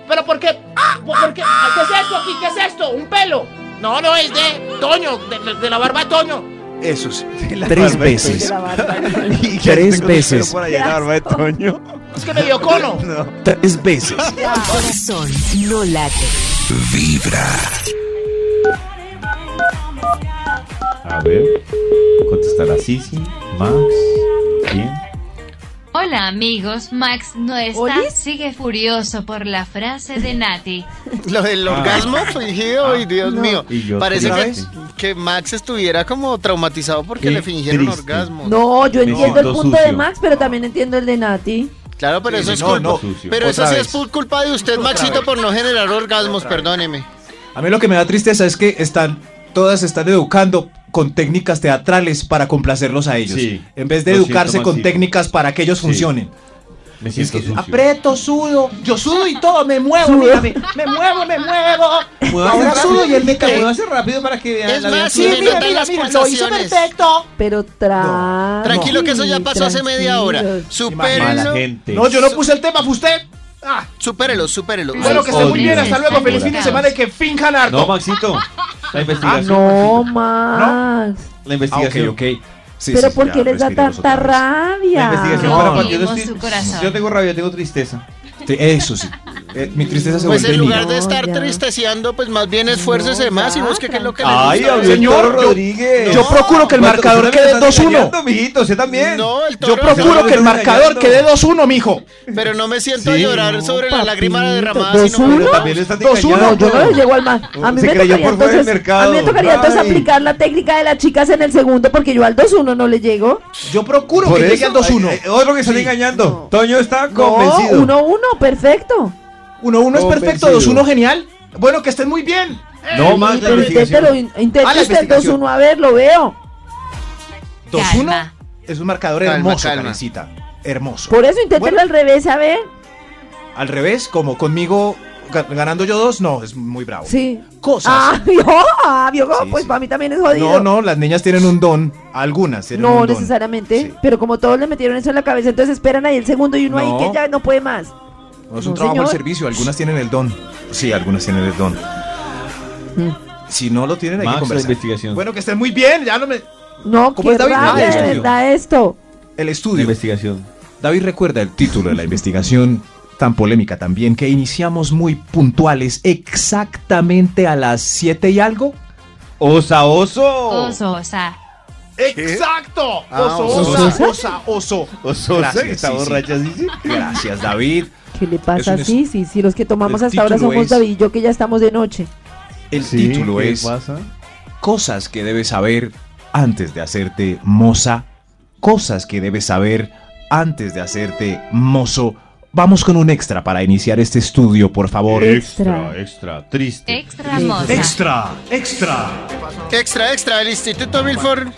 Speaker 11: ¿Pero por qué? Ah, ¿por por qué? Ah, ¿Qué es esto aquí? ¿Qué es esto? ¿Un pelo? No, no, es de Toño, de, de- de la barba de Toño.
Speaker 9: esos, tres
Speaker 4: barba de
Speaker 9: veces,
Speaker 8: La barba.
Speaker 4: Y ya
Speaker 9: Tres
Speaker 4: tengo el
Speaker 9: veces.
Speaker 4: pelo por allá en la barba de Toño.
Speaker 11: Es que me dio cono.
Speaker 9: tres veces.
Speaker 2: Tu corazón no late.
Speaker 3: A ver, contestará Sisi, Max, ¿quién?
Speaker 6: Hola amigos, Max no está,
Speaker 8: ¿Oli?
Speaker 6: sigue furioso por la frase de Nati.
Speaker 7: Lo del orgasmo fingido, ay Dios
Speaker 8: No.
Speaker 7: mío.
Speaker 3: Y yo
Speaker 7: Parece que,
Speaker 3: triste.
Speaker 7: que Max estuviera como traumatizado porque
Speaker 3: Y
Speaker 7: le fingieron
Speaker 3: triste.
Speaker 7: orgasmo.
Speaker 8: No, yo
Speaker 3: Me
Speaker 8: entiendo el
Speaker 3: siento
Speaker 8: punto de
Speaker 3: sucio.
Speaker 8: Max, pero también entiendo el de Nati.
Speaker 7: Claro, pero
Speaker 9: Sí,
Speaker 7: eso
Speaker 9: sí,
Speaker 7: es
Speaker 9: no,
Speaker 7: culpa.
Speaker 9: no,
Speaker 3: sucio.
Speaker 7: Pero eso
Speaker 9: Otra
Speaker 7: sí
Speaker 9: vez.
Speaker 7: es fu- culpa de usted, Maxito,
Speaker 9: vez.
Speaker 7: por no generar orgasmos, perdóneme.
Speaker 9: A mí lo que me da tristeza es que están, todas están educando con técnicas teatrales para complacerlos a ellos.
Speaker 3: Sí.
Speaker 9: en vez de
Speaker 3: Lo
Speaker 9: educarse
Speaker 3: siento,
Speaker 9: con
Speaker 3: Maxito.
Speaker 9: técnicas para que ellos
Speaker 3: Sí.
Speaker 9: funcionen.
Speaker 3: Me siento sucio.
Speaker 11: Aprieto, sudo, yo sudo y todo, me muevo, mírame, me muevo, me muevo. Ahora sudo y el me cae.
Speaker 9: rápido para que
Speaker 7: Es más,
Speaker 11: Sí,
Speaker 7: si me
Speaker 11: mira,
Speaker 7: notan
Speaker 11: mira,
Speaker 7: las
Speaker 11: mira, lo hice
Speaker 7: pulsaciones.
Speaker 11: perfecto.
Speaker 8: Pero tra...
Speaker 7: Tranquilo que eso ya pasó hace media hora.
Speaker 8: tranquilos.
Speaker 3: Mala
Speaker 7: Supérenlo,
Speaker 3: gente.
Speaker 11: No, yo no puse el tema, fue usted. Ah,
Speaker 7: supérelo, supérelo.
Speaker 11: bueno, que esté muy
Speaker 3: odio.
Speaker 11: bien, hasta luego, feliz fin de semana y que finjan harto.
Speaker 4: No, Maxito.
Speaker 9: Ah,
Speaker 4: La investigación.
Speaker 8: Ah, No,
Speaker 4: Maxito.
Speaker 8: Max.
Speaker 4: La investigación.
Speaker 9: ok, ok. Sí,
Speaker 8: pero
Speaker 9: sí,
Speaker 8: ¿por
Speaker 9: ya,
Speaker 8: qué les da
Speaker 9: respiremos
Speaker 8: tanta
Speaker 9: otra vez.
Speaker 8: rabia?
Speaker 4: La investigación.
Speaker 6: No,
Speaker 4: para cuando yo, no
Speaker 6: vivimos
Speaker 4: estoy-
Speaker 6: su corazón.
Speaker 4: yo tengo rabia, yo tengo tristeza.
Speaker 9: Sí, Eso sí. Eh, mi tristeza se
Speaker 7: Pues
Speaker 9: vuelve
Speaker 7: en
Speaker 9: mía.
Speaker 7: lugar de
Speaker 8: No,
Speaker 7: estar
Speaker 8: ya.
Speaker 7: tristeciando, pues más bien esfuércese
Speaker 8: No,
Speaker 7: más y
Speaker 8: ya,
Speaker 7: busque qué es lo que le
Speaker 4: Ay,
Speaker 7: gusta.
Speaker 4: habló el
Speaker 7: Señor,
Speaker 4: toro
Speaker 7: yo-
Speaker 4: Rodríguez.
Speaker 7: Yo procuro
Speaker 9: que el
Speaker 4: Cuando
Speaker 9: marcador
Speaker 4: usted me
Speaker 9: quede
Speaker 4: está
Speaker 9: 2-1.
Speaker 4: engañando, mijito, usted también.
Speaker 7: No, el
Speaker 4: Yo
Speaker 7: toro
Speaker 4: procuro que el marcador quede
Speaker 9: 2-1, mijo.
Speaker 7: Pero no me siento a
Speaker 4: Sí.
Speaker 7: llorar sobre la
Speaker 8: papito,
Speaker 7: lágrima derramada,
Speaker 8: dos,
Speaker 7: sino
Speaker 8: uno.
Speaker 4: Pero también le están
Speaker 8: 2-1, yo no
Speaker 4: engañando.
Speaker 8: le llego al Max. A mí
Speaker 4: Se
Speaker 8: me
Speaker 4: creyó
Speaker 8: tocaría,
Speaker 4: por fuera del
Speaker 8: entonces, a
Speaker 4: mercado.
Speaker 8: mí me tocaría entonces
Speaker 4: Ay.
Speaker 8: aplicar la técnica de las chicas en el segundo porque yo al 2-1 no le llego.
Speaker 9: Yo procuro
Speaker 4: Por
Speaker 9: que llegue
Speaker 4: eso,
Speaker 9: al 2-1.
Speaker 4: eh, eh, otro que están engañando.
Speaker 8: No.
Speaker 4: Toño está
Speaker 8: No,
Speaker 4: convencido.
Speaker 8: 1-1, perfecto.
Speaker 9: 1-1 es
Speaker 4: Convencido.
Speaker 9: perfecto, 2-1 genial. Bueno, que estén muy bien.
Speaker 4: No, más la
Speaker 8: Pero inténtelo,
Speaker 4: investigación.
Speaker 8: in- intente
Speaker 9: Ah, la
Speaker 8: usted el
Speaker 9: investigación.
Speaker 8: 2-1, a ver, lo veo.
Speaker 9: 2-1
Speaker 6: Calma.
Speaker 9: es un marcador
Speaker 7: Calma,
Speaker 9: hermoso,
Speaker 7: calma.
Speaker 9: Karencita. Hermoso.
Speaker 8: Por eso inténtelo
Speaker 9: Bueno.
Speaker 8: al revés, a ver.
Speaker 9: Al revés, como conmigo ga- ganando yo dos, no, es muy bravo.
Speaker 8: Sí.
Speaker 9: Cosas.
Speaker 8: Ah, vio, ah, vio,
Speaker 9: Sí,
Speaker 8: pues
Speaker 9: sí.
Speaker 8: para mí también es jodido.
Speaker 9: no, no, las niñas tienen un don. Algunas tienen
Speaker 8: No
Speaker 9: un don.
Speaker 8: necesariamente,
Speaker 9: Sí.
Speaker 8: pero como todos le metieron eso en la cabeza, entonces esperan ahí el segundo y uno
Speaker 9: No.
Speaker 8: ahí que ya no puede más.
Speaker 9: No es un
Speaker 8: No,
Speaker 9: trabajo
Speaker 8: señor.
Speaker 9: al servicio, algunas tienen el don. Sí, algunas tienen el don.
Speaker 8: Mm.
Speaker 9: Si no lo tienen, hay que
Speaker 3: Max, la
Speaker 9: conversar.
Speaker 3: investigación.
Speaker 9: Bueno, que estén muy bien, ya no me...
Speaker 8: No,
Speaker 9: ¿Cómo
Speaker 8: qué
Speaker 9: es, David?
Speaker 8: rabia
Speaker 9: Ah,
Speaker 8: de
Speaker 9: estudio.
Speaker 8: verdad esto.
Speaker 9: El
Speaker 3: la
Speaker 9: estudio.
Speaker 3: investigación.
Speaker 9: David recuerda el título de la investigación tan polémica también, que iniciamos muy puntuales, exactamente a las 7 y algo.
Speaker 4: Osa,
Speaker 8: Oh.
Speaker 4: oso.
Speaker 6: Oso, o sea,
Speaker 4: eh,
Speaker 11: Exacto.
Speaker 7: Ah,
Speaker 11: Oso,
Speaker 9: oso.
Speaker 11: osa, osa, oso.
Speaker 4: Oso, osa,
Speaker 9: Gracias,
Speaker 4: que está
Speaker 9: sí, sí.
Speaker 4: borracha, sí, sí.
Speaker 9: Gracias, David.
Speaker 8: ¿Qué le
Speaker 9: Eso
Speaker 8: pasa?
Speaker 9: no es-
Speaker 8: Sí, sí, sí, los que tomamos
Speaker 9: El
Speaker 8: hasta ahora
Speaker 9: título
Speaker 8: somos
Speaker 9: es-
Speaker 8: David y yo que ya estamos de noche.
Speaker 9: El
Speaker 4: Sí,
Speaker 9: título
Speaker 4: ¿qué
Speaker 9: es
Speaker 4: pasa?
Speaker 9: Cosas que debes saber antes de hacerte moza. Cosas que debes saber antes de hacerte mozo Vamos con un extra para iniciar este estudio, por favor.
Speaker 3: Extra, extra, triste.
Speaker 6: Extra moza.
Speaker 9: Extra, extra.
Speaker 7: Extra, extra, el Instituto Milford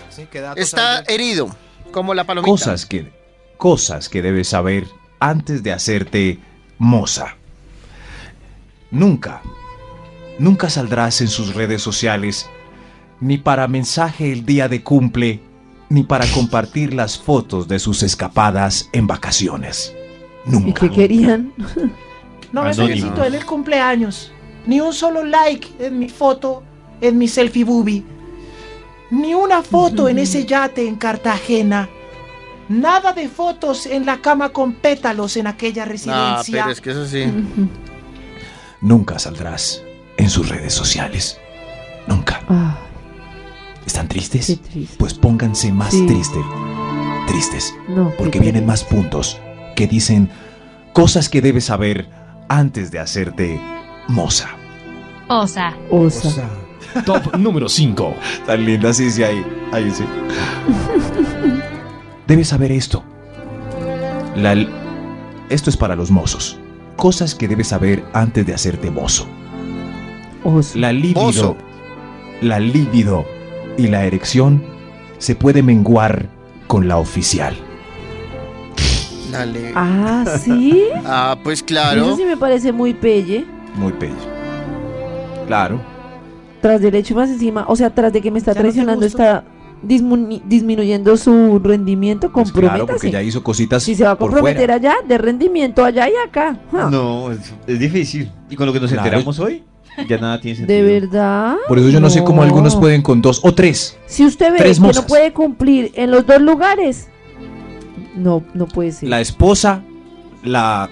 Speaker 7: está herido, como la palomita.
Speaker 9: Cosas que, cosas que debes saber antes de hacerte moza. Nunca, nunca saldrás en sus redes sociales ni para mensaje el día de cumple, ni para compartir las fotos de sus escapadas en vacaciones.
Speaker 8: ¿Y
Speaker 9: Nunca.
Speaker 8: qué querían?
Speaker 11: No me
Speaker 3: Anónimo.
Speaker 11: felicito en el cumpleaños. Ni un solo like en mi foto, en mi selfie boobie. Ni una foto en ese yate en Cartagena. Nada de fotos en la cama con pétalos en aquella
Speaker 7: Ah,
Speaker 11: residencia.
Speaker 7: pero es que eso sí.
Speaker 9: Nunca saldrás en sus redes sociales. Nunca.
Speaker 8: Ah,
Speaker 9: ¿Están tristes?
Speaker 8: qué triste.
Speaker 9: Pues pónganse más
Speaker 8: Sí.
Speaker 9: tristes. Tristes.
Speaker 8: No, qué
Speaker 9: Porque
Speaker 8: pena.
Speaker 9: vienen más puntos que dicen cosas que debes saber antes de hacerte moza.
Speaker 6: Osa.
Speaker 8: Osa.
Speaker 10: Top número 5.
Speaker 9: Tan linda, sí, sí, ahí, ahí sí. Debes saber esto. La l- esto es para los mozos. Cosas que debes saber antes de hacerte mozo.
Speaker 8: Osa.
Speaker 9: La libido,
Speaker 7: Mozo.
Speaker 9: la libido y la erección se puede menguar con la oficial.
Speaker 7: Dale.
Speaker 8: Ah, sí.
Speaker 7: Ah, pues
Speaker 8: Eso
Speaker 7: claro.
Speaker 8: sí me parece muy pelle.
Speaker 9: Muy bello. Claro.
Speaker 8: Tras derecho más encima, o sea, tras de que me está
Speaker 11: Ya no te
Speaker 8: traicionando,
Speaker 11: gusto.
Speaker 8: está dismuni- disminuyendo su rendimiento.
Speaker 9: Pues claro,
Speaker 8: Comprométase.
Speaker 9: porque ya hizo cositas
Speaker 8: si se va a
Speaker 9: por fuera.
Speaker 8: comprometer allá, de rendimiento allá y acá. Ja.
Speaker 4: No, es, es difícil. Y con lo que nos
Speaker 9: Claro.
Speaker 4: enteramos hoy, ya nada tiene sentido.
Speaker 8: ¿De verdad?
Speaker 9: Por eso yo no. sé cómo
Speaker 8: No.
Speaker 9: algunos pueden con dos o tres.
Speaker 8: Si usted ve
Speaker 9: Tres
Speaker 8: que
Speaker 9: mozas.
Speaker 8: no puede cumplir en los dos lugares, no, no puede ser.
Speaker 9: La esposa, la,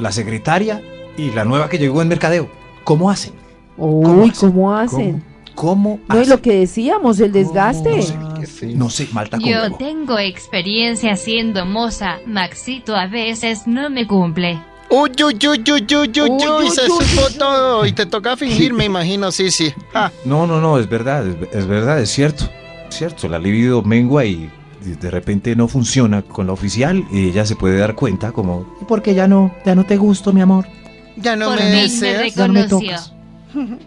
Speaker 9: la secretaria y la nueva que llegó en mercadeo. ¿Cómo hacen?
Speaker 8: Uy,
Speaker 9: ¿cómo
Speaker 8: ¿cómo,
Speaker 9: hacen?
Speaker 8: hacen?
Speaker 9: ¿Cómo
Speaker 8: No, y
Speaker 9: hacen?
Speaker 8: lo que decíamos, el desgaste.
Speaker 9: No sé, no sé, Malta
Speaker 6: Yo
Speaker 9: conmigo.
Speaker 6: tengo experiencia siendo moza. Maxito a veces no me cumple.
Speaker 7: Uy, uy, uy, uy, uy, uy, uy, se supo todo. Y te toca fingir, me imagino, sí, sí. Ah,
Speaker 9: No, no, no, es verdad, es, es verdad, es cierto. Es cierto, la libido mengua y y de repente no funciona con la oficial y ella se puede dar cuenta como
Speaker 11: Porque ya no, ya no te gusto, mi amor.
Speaker 7: ya no
Speaker 6: Por
Speaker 7: me
Speaker 6: fin me
Speaker 7: deseas.
Speaker 11: Ya no me
Speaker 6: Conoció.
Speaker 11: tocas.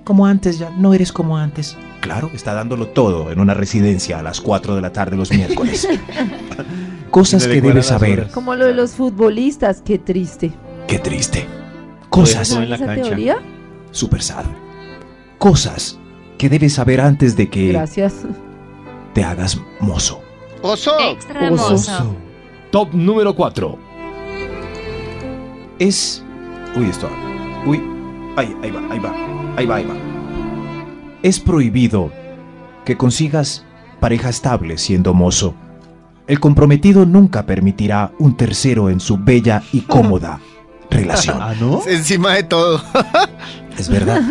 Speaker 11: Como antes, ya no eres como antes.
Speaker 9: claro está dándolo todo en una residencia a las 4 de la tarde los miércoles cosas
Speaker 4: Y le
Speaker 9: que debes
Speaker 4: cuadran las
Speaker 9: saber
Speaker 4: horas.
Speaker 8: Como lo de los futbolistas, qué triste.
Speaker 9: Qué triste. Cosas
Speaker 4: Todo en
Speaker 8: ¿Saben
Speaker 4: la
Speaker 8: esa
Speaker 4: cancha.
Speaker 8: teoría?
Speaker 9: super sad. Cosas que debes saber antes de que
Speaker 8: Gracias.
Speaker 9: te hagas mozo.
Speaker 7: Oh, Oso,
Speaker 6: Extra
Speaker 8: Oso.
Speaker 6: mozo.
Speaker 10: Top número 4.
Speaker 9: Es. Uy, esto. Uy. Ahí, ahí va, ahí va. Ahí va, ahí va. Es prohibido que consigas pareja estable siendo mozo. El comprometido nunca permitirá un tercero en su bella y cómoda relación.
Speaker 4: Ah, ¿no?
Speaker 7: encima de todo.
Speaker 9: Es verdad.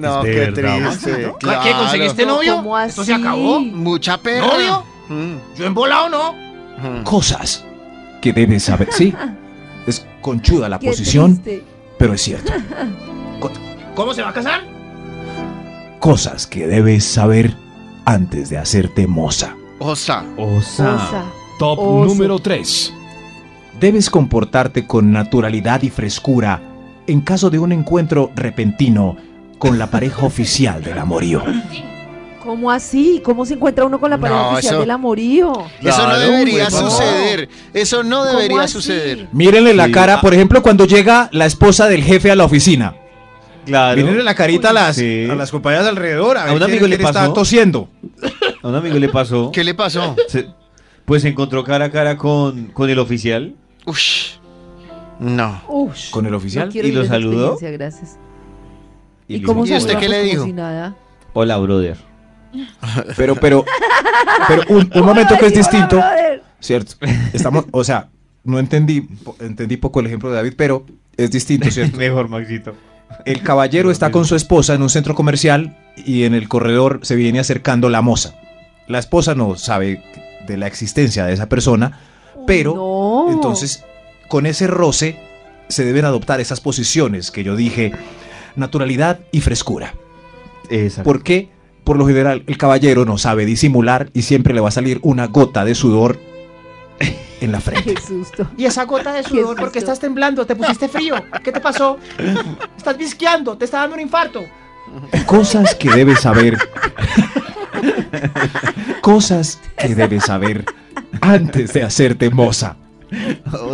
Speaker 7: No,
Speaker 3: Es
Speaker 7: qué
Speaker 3: verdad,
Speaker 7: triste.
Speaker 11: ¿Qué,
Speaker 7: claro.
Speaker 11: conseguiste novio?
Speaker 8: ¿Cómo
Speaker 11: ¿Esto se
Speaker 8: así?
Speaker 11: acabó?
Speaker 7: Mucha perra.
Speaker 11: ¿Novio?
Speaker 7: Mm,
Speaker 11: Yo embolado no.
Speaker 7: mm.
Speaker 9: Cosas que debes saber. Sí. Es conchuda la
Speaker 8: Qué
Speaker 9: posición.
Speaker 8: triste.
Speaker 9: pero es cierto.
Speaker 11: ¿Cómo se va a casar?
Speaker 9: Cosas que debes saber antes de hacerte moza.
Speaker 7: Osa.
Speaker 4: Osa.
Speaker 8: Osa.
Speaker 10: Top
Speaker 8: Oso.
Speaker 10: número 3.
Speaker 9: Debes comportarte con naturalidad y frescura en caso de un encuentro repentino con la pareja oficial del amorío.
Speaker 8: ¿Cómo así? ¿Cómo se encuentra uno con la pareja
Speaker 7: No,
Speaker 8: oficial
Speaker 7: eso-
Speaker 8: del amorío?
Speaker 7: Eso no
Speaker 4: Claro,
Speaker 7: debería
Speaker 4: huevón.
Speaker 7: suceder. Eso no
Speaker 8: ¿Cómo
Speaker 7: debería
Speaker 8: así?
Speaker 7: suceder.
Speaker 9: Mírenle la
Speaker 4: Sí.
Speaker 9: cara, por ejemplo, cuando llega la esposa del jefe a la oficina.
Speaker 4: Claro.
Speaker 9: Mírenle la carita a las,
Speaker 4: Sí.
Speaker 9: a las compañeras alrededor. A,
Speaker 4: ¿A
Speaker 9: ver
Speaker 4: un
Speaker 9: quién-
Speaker 4: amigo le
Speaker 9: quién está
Speaker 4: pasó?
Speaker 9: tosiendo.
Speaker 4: A un amigo le pasó.
Speaker 7: ¿Qué le pasó?
Speaker 4: se- pues se encontró cara a cara con, con el oficial.
Speaker 7: Ush. No.
Speaker 8: Ush,
Speaker 9: ¿Con el
Speaker 8: no
Speaker 9: oficial?
Speaker 8: quiero
Speaker 4: ¿Y
Speaker 8: vivir
Speaker 4: lo
Speaker 8: esa
Speaker 4: saludó?
Speaker 8: experiencia, Gracias.
Speaker 4: Y,
Speaker 8: ¿Y,
Speaker 4: le
Speaker 8: cómo
Speaker 4: dijo,
Speaker 7: ¿Y usted
Speaker 8: saludó?
Speaker 7: qué le
Speaker 8: Pues como
Speaker 7: dijo?
Speaker 8: si nada.
Speaker 4: Hola, brother.
Speaker 9: Pero, pero, pero un, un momento que es
Speaker 8: Ay, hola,
Speaker 9: distinto.
Speaker 8: brother.
Speaker 9: Cierto. Estamos, o sea, no entendí, po- entendí poco el ejemplo de David, pero es distinto, ¿cierto?
Speaker 4: Mejor, Maxito.
Speaker 9: El caballero está con su esposa en un centro comercial y en el corredor se viene acercando la moza. La esposa no sabe de la existencia de esa persona, pero
Speaker 8: No.
Speaker 9: entonces con ese roce se deben adoptar esas posiciones que yo dije, naturalidad y frescura.
Speaker 4: Exacto.
Speaker 9: Porque por lo general el caballero no sabe disimular y siempre le va a salir una gota de sudor en la frente.
Speaker 8: Qué susto.
Speaker 11: Y esa gota de sudor, porque estás temblando, te pusiste frío. ¿Qué te pasó? Estás visqueando, te está dando un infarto.
Speaker 9: Cosas que debes saber. Cosas que debes saber antes de hacerte moza.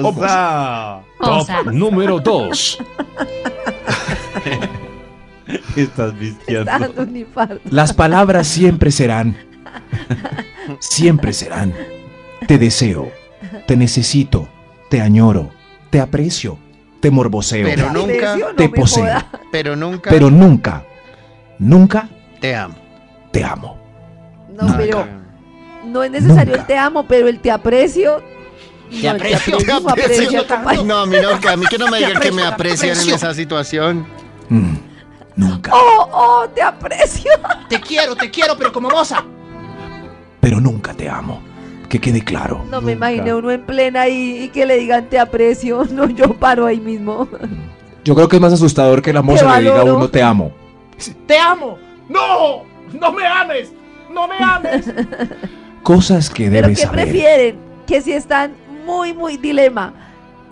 Speaker 3: Osa.
Speaker 6: Osa.
Speaker 10: Top número 2.
Speaker 4: Estás
Speaker 8: Está
Speaker 4: vistiendo.
Speaker 8: dando un infarto.
Speaker 9: Las palabras siempre serán. Siempre serán. Te deseo. Te necesito. Te añoro. Te aprecio. Te morboseo.
Speaker 7: Pero
Speaker 8: Ay,
Speaker 7: nunca
Speaker 8: Decio, no
Speaker 9: te
Speaker 8: me
Speaker 9: poseo.
Speaker 8: joda.
Speaker 7: Pero nunca
Speaker 9: pero nunca, nunca
Speaker 7: te amo.
Speaker 9: te amo.
Speaker 8: No, pero no es necesario
Speaker 9: Nunca.
Speaker 8: el te amo, pero el te aprecio.
Speaker 11: Te
Speaker 8: no, el
Speaker 11: aprecio,
Speaker 8: Te aprecio,
Speaker 11: te aprecio
Speaker 8: acompaña.
Speaker 7: No, a mí no, que a mí que no me digan que me
Speaker 11: aprecio,
Speaker 7: aprecian
Speaker 11: te
Speaker 7: en
Speaker 11: aprecio.
Speaker 7: esa situación.
Speaker 9: Mm, nunca,
Speaker 8: Oh, oh, te aprecio.
Speaker 11: Te quiero, te quiero, pero como moza.
Speaker 9: pero nunca te amo. Que quede claro.
Speaker 8: No me imaginé uno en plena y, y que le digan te aprecio. No, yo paro ahí mismo.
Speaker 9: Yo creo que es más asustador que la moza
Speaker 8: Te
Speaker 9: le diga a
Speaker 8: valoro.
Speaker 9: uno te amo.
Speaker 11: Te amo. No, no me ames. No me ames.
Speaker 9: Cosas que
Speaker 8: Pero
Speaker 9: debes
Speaker 8: ¿qué
Speaker 9: saber.
Speaker 8: prefieren? Que si están muy, muy dilema,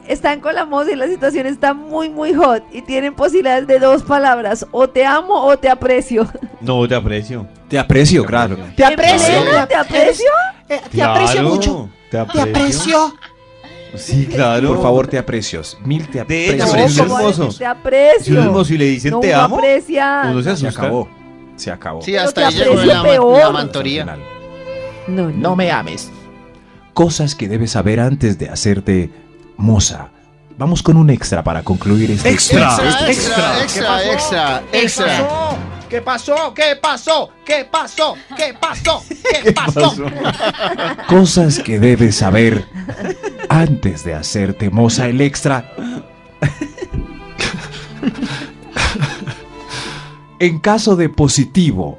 Speaker 8: están con la moza y la situación está muy, muy hot y tienen posibilidades de dos palabras, o te amo o te aprecio.
Speaker 4: No, te aprecio.
Speaker 9: Te aprecio,
Speaker 4: Te
Speaker 9: claro.
Speaker 4: aprecio.
Speaker 11: Te aprecio.
Speaker 8: plena, ¿Te aprecio?
Speaker 11: Eh, Te aprecio
Speaker 4: Claro,
Speaker 11: mucho.
Speaker 4: Te
Speaker 11: Te
Speaker 4: aprecio.
Speaker 11: aprecio.
Speaker 4: Sí, claro.
Speaker 9: Por favor, te aprecios. Mil te
Speaker 4: De hecho,
Speaker 9: aprecios.
Speaker 4: Pero es
Speaker 8: ¿cómo van a
Speaker 4: hermoso.
Speaker 8: decir Te aprecio.
Speaker 4: Si uno es hermoso y le dicen
Speaker 8: no,
Speaker 4: te
Speaker 8: uno
Speaker 4: amo,
Speaker 8: aprecia.
Speaker 4: uno se
Speaker 9: Se
Speaker 4: asusta.
Speaker 9: acabó. Se acabó.
Speaker 7: Sí,
Speaker 8: Pero te
Speaker 7: hasta ahí llegó
Speaker 8: aprecio
Speaker 7: la, ma-
Speaker 8: peor.
Speaker 7: la
Speaker 9: Hasta el
Speaker 7: mantoría.
Speaker 9: final.
Speaker 8: No, no.
Speaker 11: No me ames.
Speaker 9: Cosas que debes saber antes de hacerte moza. Vamos con un extra para concluir este
Speaker 3: Extra.
Speaker 7: Extra,
Speaker 3: Extra.
Speaker 7: extra, extra, extra, extra.
Speaker 11: ¿Qué pasó? ¿Qué pasó? ¿Qué pasó? ¿Qué pasó? ¿Qué pasó? ¿Qué pasó?
Speaker 9: Cosas que debes saber antes de hacerte moza el extra. En caso de positivo,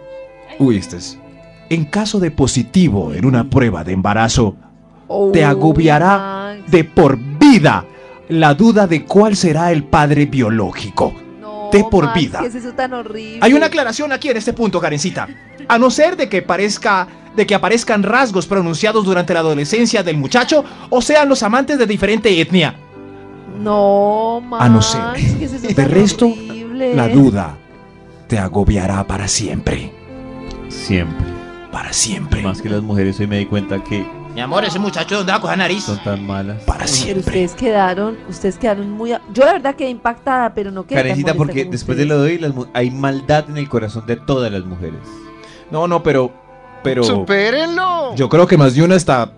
Speaker 9: uy, este es. En caso de positivo en una prueba de embarazo, te
Speaker 8: Uy,
Speaker 9: agobiará
Speaker 8: Oh, Max,
Speaker 9: de por vida la duda de cuál será el padre biológico.
Speaker 8: no,
Speaker 9: de por
Speaker 8: Max,
Speaker 9: vida.
Speaker 8: ¿Qué es eso tan horrible?
Speaker 9: Hay una
Speaker 11: aclaración aquí en este punto, Karencita. A no ser de que parezca de que aparezcan rasgos pronunciados durante la adolescencia del muchacho o sean los amantes de diferente etnia.
Speaker 8: No, Max.
Speaker 9: A Ah, no ser.
Speaker 8: ¿qué es eso
Speaker 9: De
Speaker 8: tan
Speaker 9: resto,
Speaker 8: horrible?
Speaker 9: La duda te agobiará para siempre.
Speaker 4: Siempre.
Speaker 9: Para siempre.
Speaker 4: Más que las mujeres hoy me di cuenta que
Speaker 11: Mi amor, ese muchacho dónde va a coger nariz.
Speaker 4: son tan malas.
Speaker 9: Para
Speaker 8: Pero
Speaker 9: siempre.
Speaker 8: ustedes quedaron, ustedes quedaron muy. a- Yo la verdad quedé impactada, pero no quedé. tan
Speaker 4: Karencita,
Speaker 8: molesta
Speaker 4: porque
Speaker 8: como
Speaker 4: después de
Speaker 8: ustedes.
Speaker 4: lo doy, las mu- hay maldad en el corazón de todas las mujeres.
Speaker 9: No, no, pero. Pero.
Speaker 7: ¡Supérenlo!
Speaker 9: Yo creo que más de una está.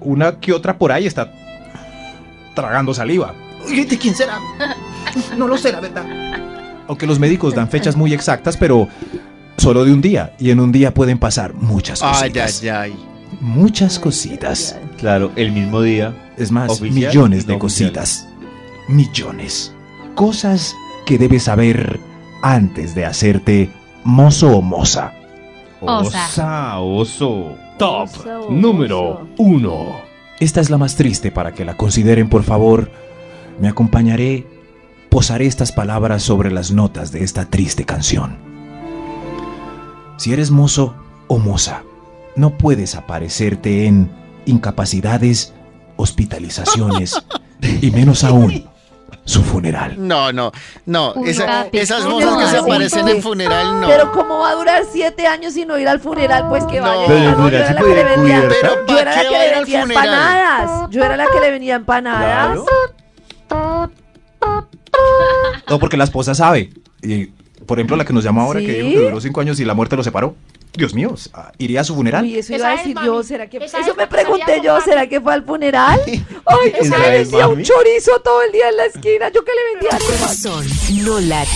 Speaker 9: Una que otra por ahí está. Tragando saliva.
Speaker 11: Uy, ¿de quién será? No lo sé, la verdad.
Speaker 9: Aunque los médicos dan fechas muy exactas, pero. Solo de un día. Y en un día pueden pasar muchas
Speaker 7: Ay,
Speaker 9: cositas.
Speaker 7: ay, ay.
Speaker 9: Muchas
Speaker 8: Ay,
Speaker 9: cositas.
Speaker 8: ay, ay.
Speaker 4: Claro, el mismo día.
Speaker 9: Es más,
Speaker 4: Oficial
Speaker 9: millones
Speaker 4: y no
Speaker 9: de
Speaker 4: oficial.
Speaker 9: cositas. Millones. Cosas que debes saber antes de hacerte mozo o moza.
Speaker 6: Osa.
Speaker 4: Osa, oso.
Speaker 10: Top
Speaker 8: Oso, oso.
Speaker 10: número 1.
Speaker 9: Esta es la más triste para que la consideren, por favor. Me acompañaré, posaré estas palabras sobre las notas de esta triste canción. Si eres mozo o moza, no puedes aparecerte en incapacidades, hospitalizaciones y menos aún su funeral.
Speaker 7: No, no, no.
Speaker 6: Uy,
Speaker 7: esa-
Speaker 6: papi,
Speaker 7: esas
Speaker 8: no,
Speaker 7: mosas que se
Speaker 8: no,
Speaker 7: aparecen
Speaker 8: sí.
Speaker 7: en funeral, no.
Speaker 8: Pero cómo va a durar siete años sin no ir al funeral, pues que
Speaker 7: No.
Speaker 8: vaya.
Speaker 7: Pero el
Speaker 8: Ah, no,
Speaker 4: funeral
Speaker 8: yo era
Speaker 4: se
Speaker 8: la
Speaker 4: puede
Speaker 8: que le vendía-
Speaker 4: cubrir.
Speaker 7: Pero
Speaker 8: Yo era
Speaker 7: ¿para
Speaker 8: la
Speaker 7: qué
Speaker 8: que
Speaker 7: va a
Speaker 8: le
Speaker 7: ir al
Speaker 8: vendía
Speaker 7: funeral?
Speaker 8: empanadas. Yo era la que le vendía empanadas.
Speaker 4: Claro.
Speaker 9: No, porque la esposa sabe. Y, por ejemplo, la que nos llamó ahora que dijo
Speaker 8: ¿Sí?
Speaker 9: que duró cinco años y la muerte lo separó. Dios mío, ah, iría a su funeral.
Speaker 8: Uy, eso iba
Speaker 12: Esa
Speaker 8: a
Speaker 12: es,
Speaker 8: decir
Speaker 12: mami.
Speaker 8: yo, ¿será que
Speaker 12: Esa
Speaker 8: eso
Speaker 12: es
Speaker 8: me
Speaker 12: porque sabía
Speaker 8: pregunté
Speaker 12: con
Speaker 8: yo,
Speaker 12: mami.
Speaker 8: ¿será que fue al funeral? Ay, que
Speaker 4: Esa
Speaker 8: me
Speaker 4: es,
Speaker 8: vendía un
Speaker 4: mami.
Speaker 8: chorizo todo el día en la esquina, yo que le vendía
Speaker 2: corazón no late.